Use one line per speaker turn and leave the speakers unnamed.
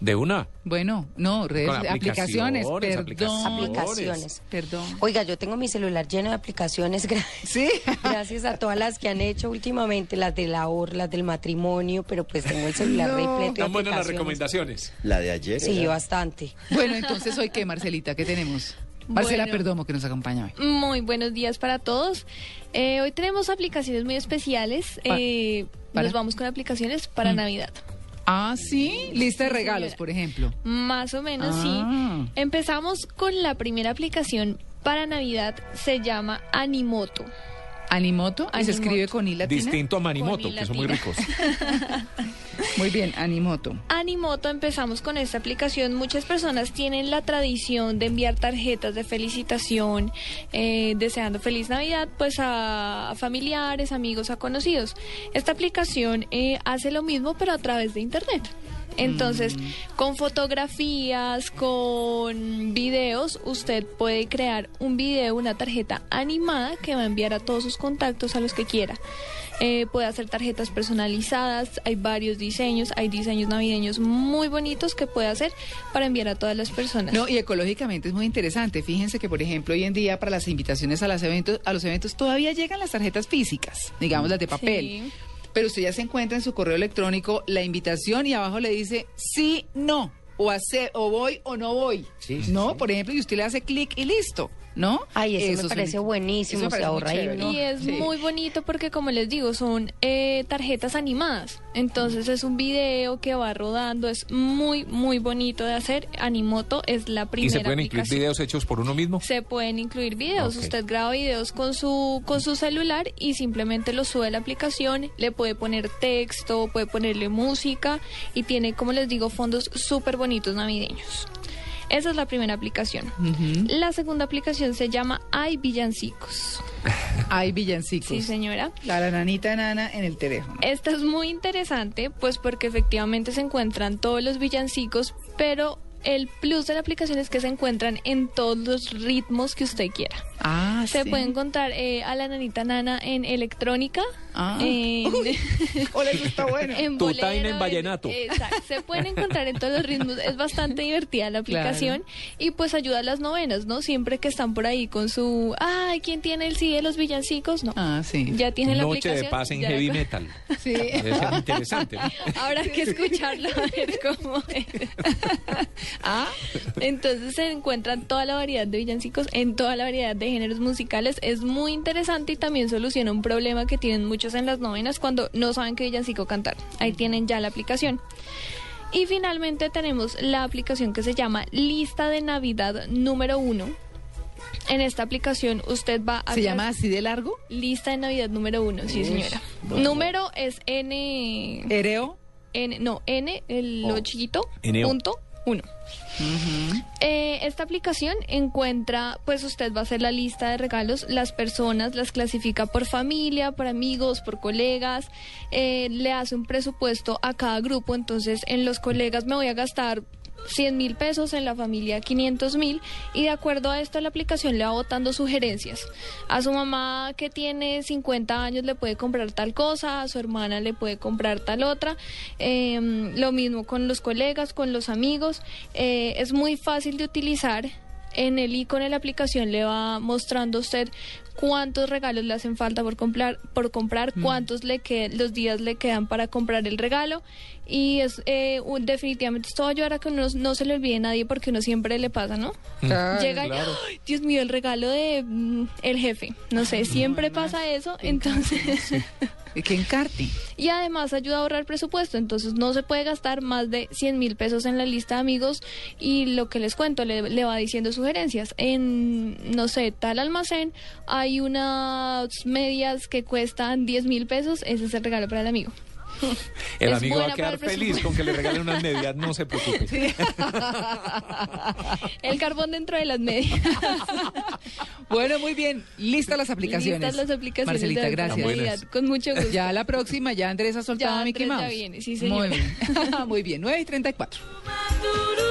De una.
Bueno, no, redes,
Con
Pues, aplicaciones,
aplicaciones,
perdón.
Aplicaciones.
Aplicaciones.
Perdón.
Oiga, yo tengo mi celular lleno de aplicaciones. gracias.
Sí.
Gracias a todas las que han hecho últimamente, las del ahorro, las del matrimonio, pero pues tengo el celular
No.
repleto de
Tan buenas las
aplicaciones.
recomendaciones.
La de ayer.
Sí,
era-
bastante.
Bueno, entonces hoy qué, Marcelita, ¿qué tenemos? Marcela
Bueno.
Perdomo que nos acompaña hoy.
Muy buenos días para todos. Eh, hoy tenemos aplicaciones muy especiales.
Pa-
Eh,
¿para? Mm.
Nos vamos con aplicaciones para Navidad.
Ah, sí, lista de
Sí,
regalos,
señora.
por ejemplo.
Más o menos,
Ah.
sí. Empezamos con la primera aplicación para Navidad. Se llama Animoto.
Animoto, y se
Animoto.
escribe con I latina.
Distinto a Manimoto,
Con I
que son muy
latina.
ricos.
Muy bien, Animoto.
Animoto empezamos con esta aplicación. Muchas personas tienen la tradición de enviar tarjetas de felicitación, eh, deseando feliz Navidad, pues a, a familiares, amigos, a conocidos. Esta aplicación eh, hace lo mismo, pero a través de internet. Entonces, con fotografías, con videos, usted puede crear un video, una tarjeta animada que va a enviar a todos sus contactos, a los que quiera. Eh, puede hacer tarjetas personalizadas, hay varios diseños, hay diseños navideños muy bonitos que puede hacer para enviar a todas las personas.
No, y ecológicamente es muy interesante. Fíjense que, por ejemplo, hoy en día para las invitaciones a, las eventos, a los eventos todavía llegan las tarjetas físicas, digamos las de papel.
Sí.
Pero usted ya se encuentra en su correo electrónico la invitación y abajo le dice sí, no, o, hace, o voy o no voy.
Sí,
no,
sí.
por ejemplo, y usted le hace clic y listo, ¿no?
Ay, eso me
es un-
parece buenísimo,
me
se
parece muy
ahorra ahí,
chévere.
¿no?
Y es
Sí.
muy bonito porque, como les digo, son eh, tarjetas animadas. Entonces es un video que va rodando, es muy, muy bonito de hacer. Animoto es la primera
¿Y se pueden incluir
aplicación.
videos hechos por uno mismo?
Se pueden incluir videos.
Ok.
Usted graba videos con su con su celular y simplemente los sube a la aplicación. Le puede poner texto, puede ponerle música y tiene, como les digo, fondos súper bonitos navideños. Esa es la primera aplicación.
Ujú.
La segunda aplicación se llama Hay Villancicos.
Hay villancicos.
Sí, señora.
La nanita nana en el
Eh,
teléfono.
Esta es muy interesante, pues porque efectivamente se encuentran todos los villancicos, pero el plus de la aplicación es que se encuentran en todos los ritmos que usted quiera.
Ah,
Se
sí.
puede encontrar eh, a la nanita nana en electrónica,
Ah.
en,
Hola, eso está bueno.
en
Tutain en
bolero,
vallenato.
exacto, se pueden encontrar en todos los ritmos. Es bastante divertida la aplicación y pues ayuda a las novenas, ¿no? Siempre que están por ahí con su, ay, ¿quién tiene el sí de los villancicos? No.
Ah, sí.
Ya tiene la
Noche
aplicación.
de paz en
ya la
heavy
co-
metal.
Sí.
Debe ser interesante. ¿no?
Habrá que escucharlo a ver cómo es.
Ah,
Entonces se encuentran toda la variedad de villancicos en toda la variedad de géneros musicales. Es muy interesante y también soluciona un problema que tienen muchos en las novenas cuando no saben qué villancico cantar. Ahí tienen ya la aplicación. Y finalmente tenemos la aplicación que se llama Lista de Navidad número uno. En esta aplicación usted va a...
¿se llama así de largo?
Lista de Navidad número uno, sí señora. Número es N...
Ereo.
N, no, N, el, lo chiquito,
NO.
punto, uno. Eh, esta aplicación encuentra, pues usted va a hacer la lista de regalos, las personas las clasifica por familia, por amigos, por colegas, eh, le hace un presupuesto a cada grupo, entonces en los colegas me voy a gastar 100 mil pesos, en la familia 500 mil y de acuerdo a esto la aplicación le va botando sugerencias. A su mamá que tiene 50 años le puede comprar tal cosa, a su hermana le puede comprar tal otra, eh, lo mismo con los colegas, con los amigos, eh, es muy fácil de utilizar. En el icono de la aplicación le va mostrando a usted cuántos regalos le hacen falta por comprar, por comprar cuántos le que- los días le quedan para comprar el regalo. Y es eh, un- definitivamente esto va a ayudar a que uno no se le olvide a nadie porque uno siempre le pasa, ¿no? Llega y, "Ay, Dios mío, el regalo de mm, el jefe. No sé, siempre pasa eso. Entonces...
Que encarte.
Y además ayuda a ahorrar presupuesto, entonces no se puede gastar más de 100 mil pesos en la lista de amigos y lo que les cuento, le, le va diciendo sugerencias. En, no sé, tal almacén hay unas medias que cuestan 10 mil pesos, ese es el regalo para el amigo.
El
Es
amigo va a
buena para
quedar
el
feliz con que le regalen unas medias, no se preocupe.
El carbón dentro de las medias.
Bueno, muy bien. Listas las aplicaciones.
Listas las aplicaciones.
Marcelita,
de
gracias.
Tan
Navidad, Con mucho gusto.
Ya la próxima, ya Andrés ha soltado
Ya
a Mickey
Andrés ya
Mouse.
viene, sí,
Muy
señor.
bien. Muy bien. 9 y 34.
Tururú.